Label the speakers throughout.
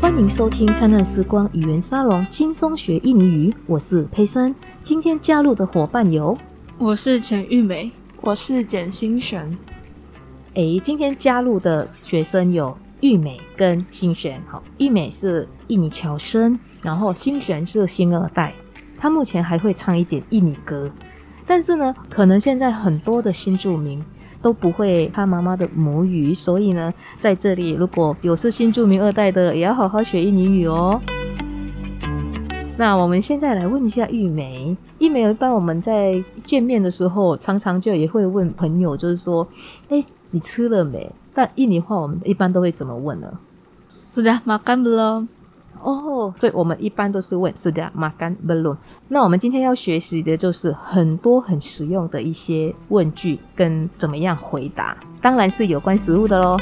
Speaker 1: 欢迎收听《灿烂时光语言沙龙》，轻松学印尼语。我是佩珊，今天加入的伙伴有，
Speaker 2: 我是陈玉梅，
Speaker 3: 我是简心璇。
Speaker 1: 诶，今天加入的学生有玉美跟新璇。好，玉美是印尼侨生，然后新璇是新二代，她目前还会唱一点印尼歌，但是呢，可能现在很多的新住民。都不会他妈妈的母语，所以呢，在这里如果有是新住民二代的，也要好好学印尼语哦。那我们现在来问一下玉梅，玉梅一般我们在见面的时候，常常就也会问朋友，就是说，哎，你吃了没？但印尼话我们一般都会怎么问呢？
Speaker 2: sudah makan belum？
Speaker 1: 哦，所以我们一般都是问 sudah makan belum。那我们今天要学习的就是很多很实用的一些问句跟怎么样回答，当然是有关食物的喽。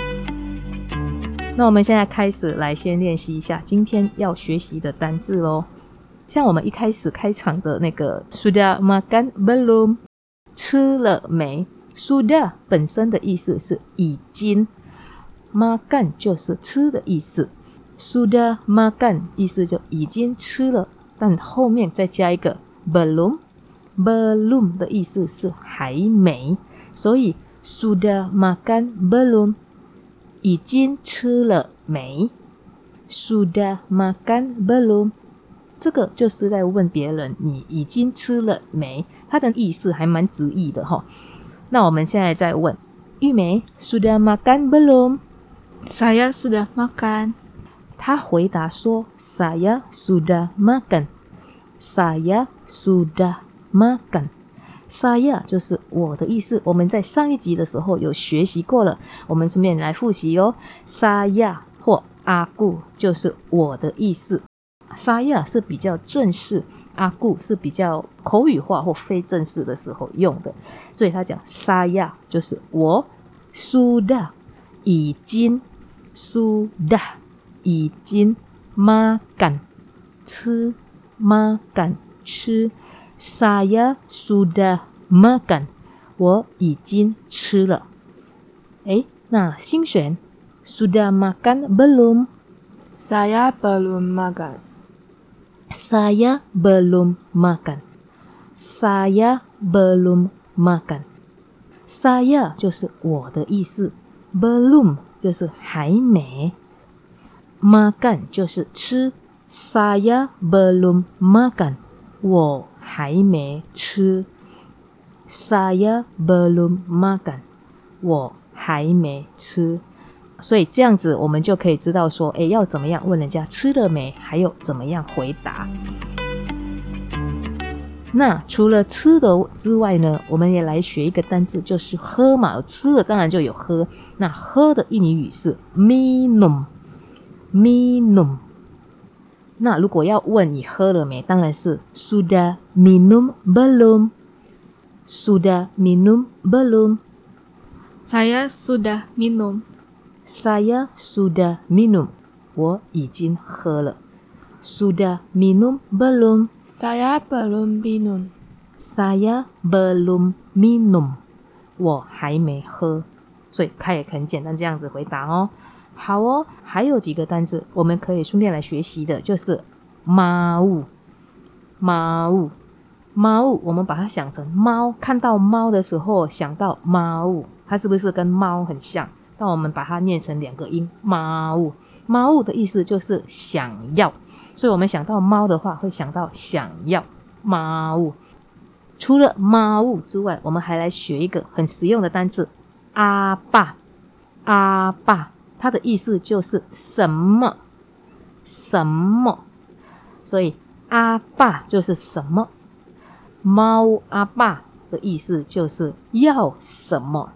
Speaker 1: 那我们现在开始来先练习一下今天要学习的单字喽。像我们一开始开场的那个 sudah makan belum，吃了没？sudah 本身的意思是已经，makan 就是吃的意思。sudah makan 意思就已经吃了，但后面再加一个 belum。belum 的意思是还没，所以 sudah makan belum 已经吃了没？sudah makan belum 这个就是在问别人你已经吃了没，它的意思还蛮直译的哈。那我们现在再问玉梅 sudah makan belum？
Speaker 2: saya sudah makan。
Speaker 1: 他回答说：“Saya sudah makan。”“Saya sudah makan。”“Saya” 就是我的意思。我们在上一集的时候有学习过了，我们顺便来复习哦。“Saya” 或 “Aku” 就是我的意思。“Saya” 是比较正式，“Aku” 是比较口语化或非正式的时候用的。所以他讲 “Saya” 就是我，“Sudah” 已经，“Sudah”。已经，makan 吃，makan 吃，saya sudah makan 我已经吃了。诶，那新璇 sudah makan belum?
Speaker 3: Saya belum makan.
Speaker 1: Saya belum makan. Saya belum makan. Saya 就是我的意思，belum 就是还没。makan 就是吃，saya belum makan，我还没吃，saya belum makan，我还没吃。所以这样子我们就可以知道说，诶，要怎么样问人家吃了没，还有怎么样回答。那除了吃的之外呢，我们也来学一个单字，就是喝嘛。吃的当然就有喝，那喝的印尼语是 minum。minum。那如果要问你喝了没，当然是 sudah minum belum。sudah minum belum。
Speaker 2: saya sudah minum。
Speaker 1: saya sudah minum。我已经喝了。sudah minum belum。
Speaker 3: Saya belum minum.
Speaker 1: saya belum minum。我还没喝。所以它也很简单，这样子回答哦。好哦，还有几个单字我们可以顺便来学习的，就是猫物、猫物、猫物。我们把它想成猫，看到猫的时候想到猫物，它是不是跟猫很像？但我们把它念成两个音，猫物。猫物的意思就是想要，所以我们想到猫的话会想到想要猫物。除了猫物之外，我们还来学一个很实用的单字，阿爸，阿爸。它的意思就是什么什么，所以阿爸就是什么，猫阿爸的意思就是要什么。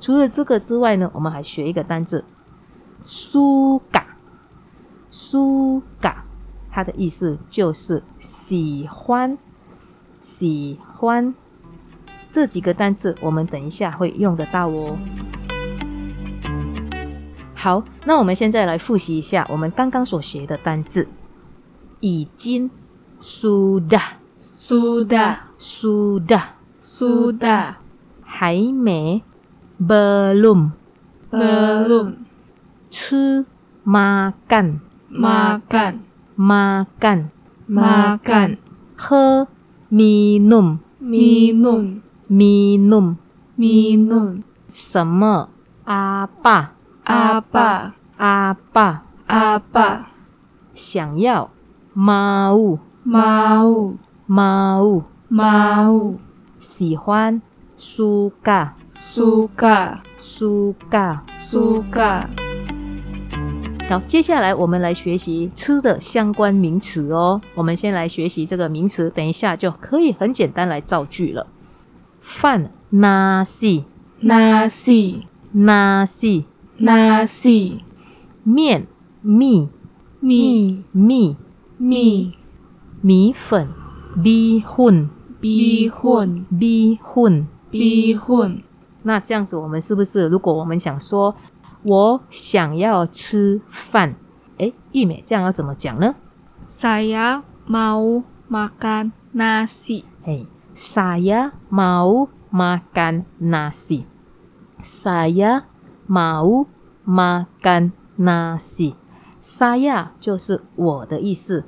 Speaker 1: 除了这个之外呢，我们还学一个单字，苏嘎苏嘎，它的意思就是喜欢喜欢。这几个单字我们等一下会用得到哦。好，那我们现在来复习一下我们刚刚所学的单字：已经、sudah、
Speaker 2: sudah、
Speaker 1: sudah、
Speaker 2: sudah、
Speaker 1: 还没、belum、
Speaker 2: belum、
Speaker 1: 吃、makan、
Speaker 2: makan,
Speaker 1: makan
Speaker 2: makan,
Speaker 1: her minum
Speaker 2: minum,
Speaker 1: minum
Speaker 2: minum,
Speaker 1: 什么阿爸
Speaker 2: apa,
Speaker 1: 阿爸
Speaker 2: apa,
Speaker 1: 想要 mau
Speaker 2: mau,
Speaker 1: mau
Speaker 2: mau,
Speaker 1: 喜欢 suka
Speaker 2: suka,
Speaker 1: suka。
Speaker 2: suka.
Speaker 1: 好，接下来我们来学习吃的相关名词哦。我们先来学习这个名词，等一下就可以很简单来造句了。饭 nasi
Speaker 2: Nasi,
Speaker 1: nasi
Speaker 2: nasi,
Speaker 1: 面 mi
Speaker 2: mi,
Speaker 1: mi
Speaker 2: mi,
Speaker 1: 米粉 bihun
Speaker 2: bihun,
Speaker 1: bihun。
Speaker 2: bihun.
Speaker 1: 那这样子，我们是不是如果我们想说我想要吃饭，诶，一美这样要怎么讲呢？
Speaker 2: Saya mau makan nasi.
Speaker 1: 哎，saya mau makan nasi。saya mau makan nasi。saya 就是我的意思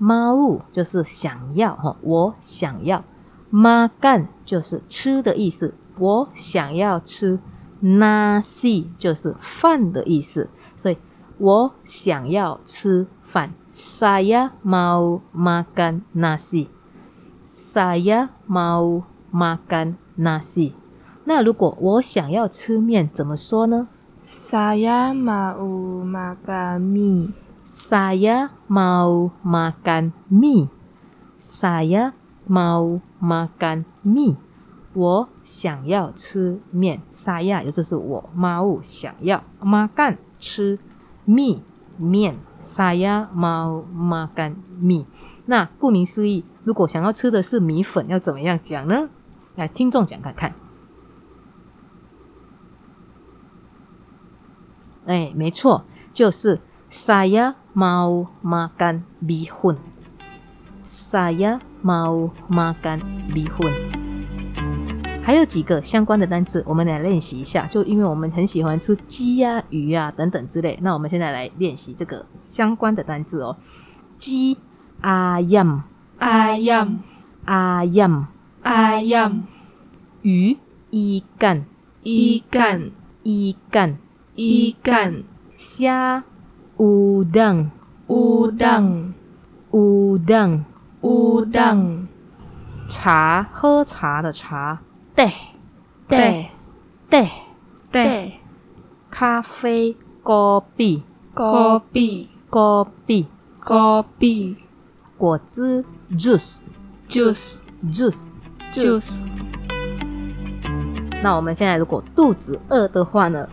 Speaker 1: ，mau 就是想要哈，我想要，makan 就是吃的意思，我想要吃，nasi 就是饭的意思，所以我想要吃饭。saya mau makan nasi。saya mau makan nasi。那如果我想要吃面，怎么说呢
Speaker 3: Saya mau makan mie.
Speaker 1: ？saya mau makan mie。saya mau makan mie。我想要吃面。saya 也就是我，mau 想要，makan 吃，mie 面。saya mau makan mie。那顾名思义，如果想要吃的是米粉，要怎么样讲呢？来，听众讲看看。哎，没错，就是 saya mau makan bihun。saya mau makan bihun。还有几个相关的单词，我们来练习一下。就因为我们很喜欢吃鸡呀、鱼呀、等等之类，那我们现在来练习这个相关的单词哦。鸡 ayam
Speaker 2: Ayam,
Speaker 1: ayam，
Speaker 2: ayam,
Speaker 1: 鱼 ikan
Speaker 2: ikan,
Speaker 1: ikan，
Speaker 2: ikan,
Speaker 1: 虾 udang
Speaker 2: udang,
Speaker 1: udang，
Speaker 2: udang,
Speaker 1: 茶喝茶的茶 teh
Speaker 2: teh,
Speaker 1: teh，
Speaker 2: teh,
Speaker 1: 咖啡 kopi
Speaker 2: kopi,
Speaker 1: kopi，
Speaker 2: kopi,
Speaker 1: 果汁 juice
Speaker 2: jus,
Speaker 1: juice。
Speaker 2: jus,
Speaker 1: 那我们现在如果肚子饿的话呢，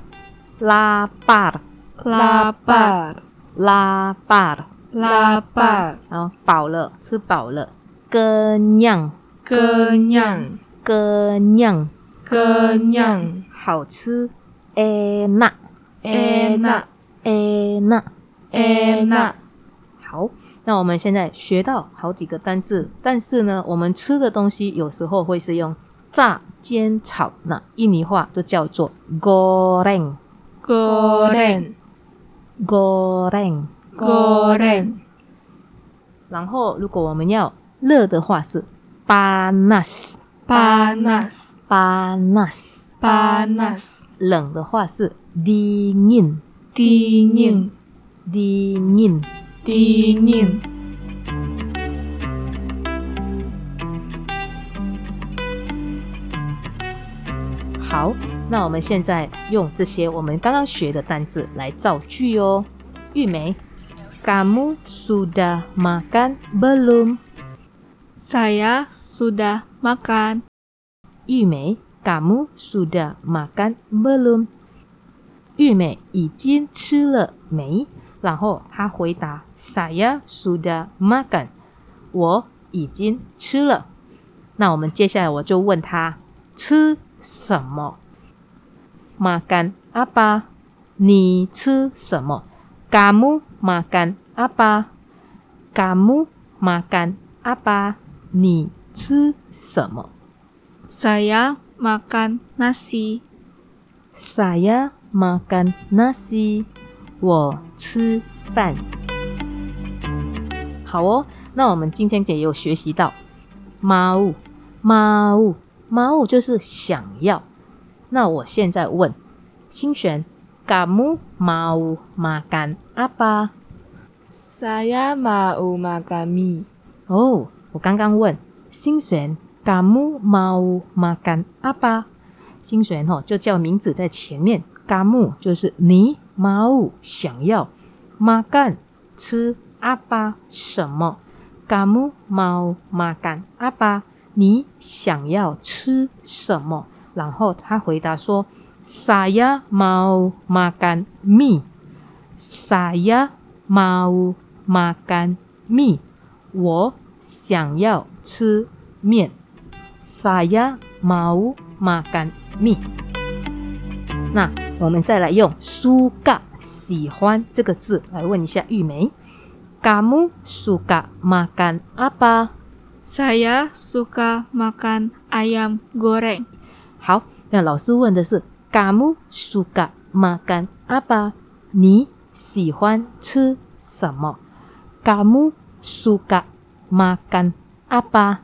Speaker 1: 拉巴
Speaker 2: lapar,
Speaker 1: 拉巴，
Speaker 2: lapar,
Speaker 1: 然后饱了吃饱了，跟酿
Speaker 2: kenyang,
Speaker 1: 跟酿。
Speaker 2: kenyang,
Speaker 1: 好吃，enak
Speaker 2: enak,
Speaker 1: enak。
Speaker 2: enak,
Speaker 1: 好，那我们现在学到好几个单字，但是呢，我们吃的东西有时候会是用炸、煎、炒，那印尼话就叫做 goreng
Speaker 2: goreng,
Speaker 1: goreng。
Speaker 2: goreng,
Speaker 1: 然后如果我们要热的话是 panas
Speaker 2: panas,
Speaker 1: panas，
Speaker 2: panas,
Speaker 1: 冷的话是 dingin
Speaker 2: dingin,
Speaker 1: dingin。
Speaker 2: dingin.
Speaker 1: 好，那我们现在用这些我们刚刚学的单字来造句哦。玉梅，kamu sudah makan belum？
Speaker 2: Saya sudah makan.
Speaker 1: 玉梅，kamu sudah makan belum？玉梅已经吃了没？然后她回答，saya sudah makan，我已经吃了。那我们接下来我就问她吃什么？makan apa？你吃什么？kamu makan apa？kamu makan apa？你吃什么？
Speaker 2: Saya makan nasi.
Speaker 1: Saya makan nasi，我吃饭。好哦，那我们今天也有学习到猫物猫物猫物就是想要。那我现在问新璇，kamu mau makan apa？
Speaker 3: Saya mau makan mie.
Speaker 1: 哦，我刚刚问新璇，kamu mau makan apa？新璇吼就叫名字在前面，kamu 就是你，mau 想要，makan 吃，apa 什么，kamu mau makan apa？你想要吃什么？然后他回答说，saya mau makan mie，saya mau makan mie。我想要吃面。Saya mau makan mie。那我们再来用 suka 喜欢这个字来问一下玉梅，Kamu suka makan apa？
Speaker 2: Saya suka makan ayam goreng.
Speaker 1: 好，那老师问的是 “kamu suka makan apa？” 你喜欢吃什么？“kamu suka makan apa？”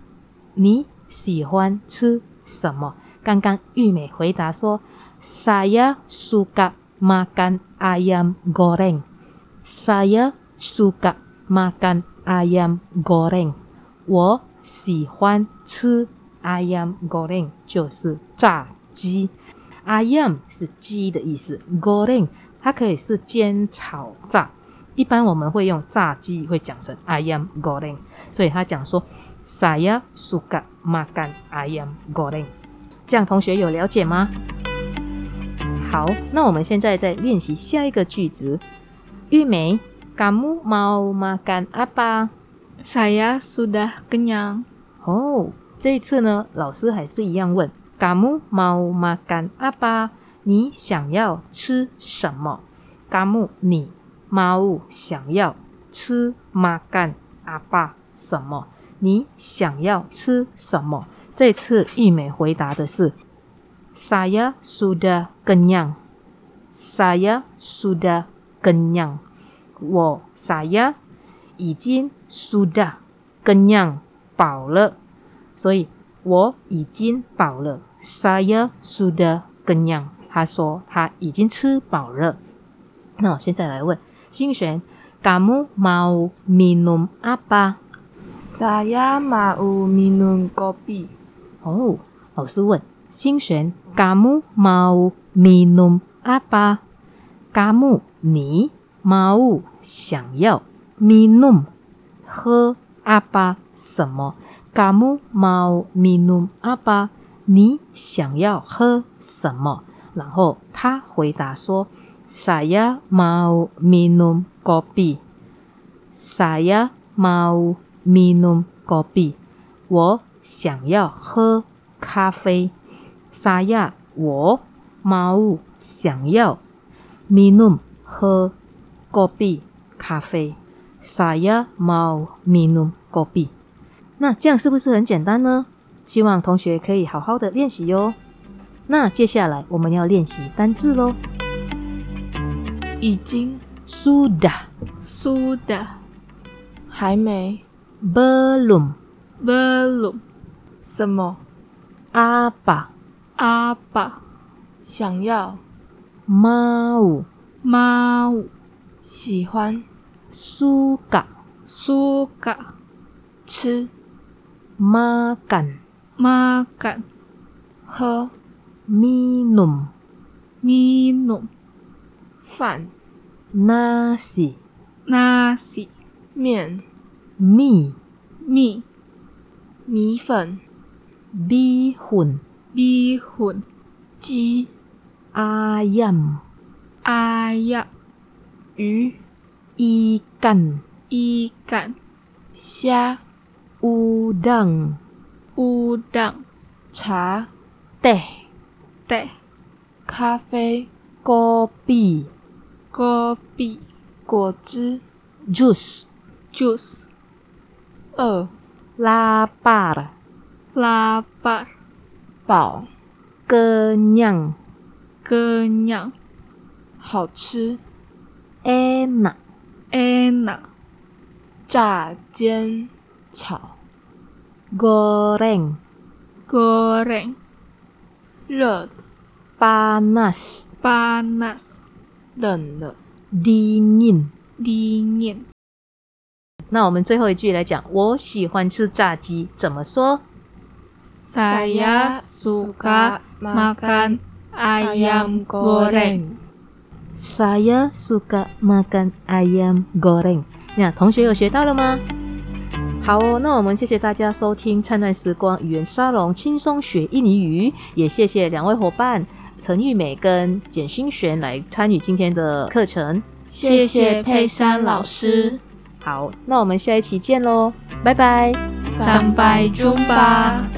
Speaker 1: 你喜欢吃什么？刚刚玉美回答说：“saya suka makan ayam goreng。”“saya suka makan ayam goreng。”我喜欢吃 ayam goreng，就是炸鸡。ayam 是鸡的意思，goreng 它可以是煎、炒、炸。一般我们会用炸鸡会讲成 ayam goreng，所以他讲说 saya suka makan ayam goreng。这样同学有了解吗？好，那我们现在再练习下一个句子。玉梅，kamu mau makan apa？
Speaker 2: Saya sudah kenyang.
Speaker 1: 哦，这一次呢，老师还是一样问，kamu mau makan apa？你想要吃什么？kamu 你，mau 想要吃 makan apa 什么？你想要吃什么？这次玉美回答的是，saya sudah kenyang。saya sudah kenyang。我 saya 已经 sudah kenyang 饱了，所以我已经饱了。saya sudah kenyang。他说他已经吃饱了。那我现在来问新璇，kamu mau minum apa？
Speaker 3: Saya mau minum kopi.
Speaker 1: 哦，老师问新璇，kamu mau minum apa？kamu 你 mau 想要 minum 喝 apa 什么？kamu mau minum apa？你想要喝什么？然后他回答说，saya mau minum kopi。saya mau minum kopi。我想要喝咖啡。saya 我 mau 想要 minum 喝 kopi 咖啡。saya mau minum kopi。那这样是不是很简单呢？希望同学可以好好的练习哟。那接下来我们要练习单字喽。
Speaker 3: 已经
Speaker 1: sudah
Speaker 2: Sudah
Speaker 3: 还没
Speaker 1: belum
Speaker 2: belum
Speaker 3: 什么
Speaker 1: apa
Speaker 2: apa
Speaker 3: 想要
Speaker 1: mau
Speaker 2: mau
Speaker 3: 喜欢
Speaker 1: suka
Speaker 2: suka
Speaker 3: 吃
Speaker 1: makan
Speaker 2: makan
Speaker 3: 喝
Speaker 1: minum
Speaker 2: minum
Speaker 3: 饭
Speaker 1: nasi
Speaker 2: nasi
Speaker 3: 面
Speaker 1: mie
Speaker 2: mie
Speaker 3: 米粉
Speaker 1: bihun
Speaker 2: bihun
Speaker 3: 鸡
Speaker 1: ayam
Speaker 2: ayam
Speaker 3: 鱼
Speaker 1: ikan
Speaker 2: ikan
Speaker 3: 虾
Speaker 1: udang
Speaker 2: udang
Speaker 3: 茶
Speaker 1: teh
Speaker 2: teh
Speaker 3: 咖啡
Speaker 1: kopi
Speaker 2: kopi
Speaker 3: 果汁
Speaker 1: jus
Speaker 2: jus
Speaker 3: 饿
Speaker 1: lapar
Speaker 2: lapar
Speaker 3: 饱
Speaker 1: kenyang
Speaker 2: kenyang
Speaker 3: 好吃
Speaker 1: enak
Speaker 2: enak
Speaker 3: 炸、煎、炒、
Speaker 1: goreng,
Speaker 2: goreng,
Speaker 3: 热、
Speaker 1: panas,
Speaker 2: panas,
Speaker 3: 冷了、
Speaker 1: dingin。
Speaker 2: dingin,
Speaker 1: 那我们最后一句来讲，我喜欢吃炸鸡，怎么说？
Speaker 2: 哎 saya suka makan ayam goreng.
Speaker 1: Saya suka makan ayam goreng。那同学有学到了吗？好哦，那我们谢谢大家收听《灿烂时光语言沙龙》，轻松学印尼语，也谢谢两位伙伴陈玉美跟简心璇来参与今天的课程。
Speaker 3: 谢谢佩珊老师，
Speaker 1: 好，那我们下一期见喽，拜拜。
Speaker 2: Sampai jumpa.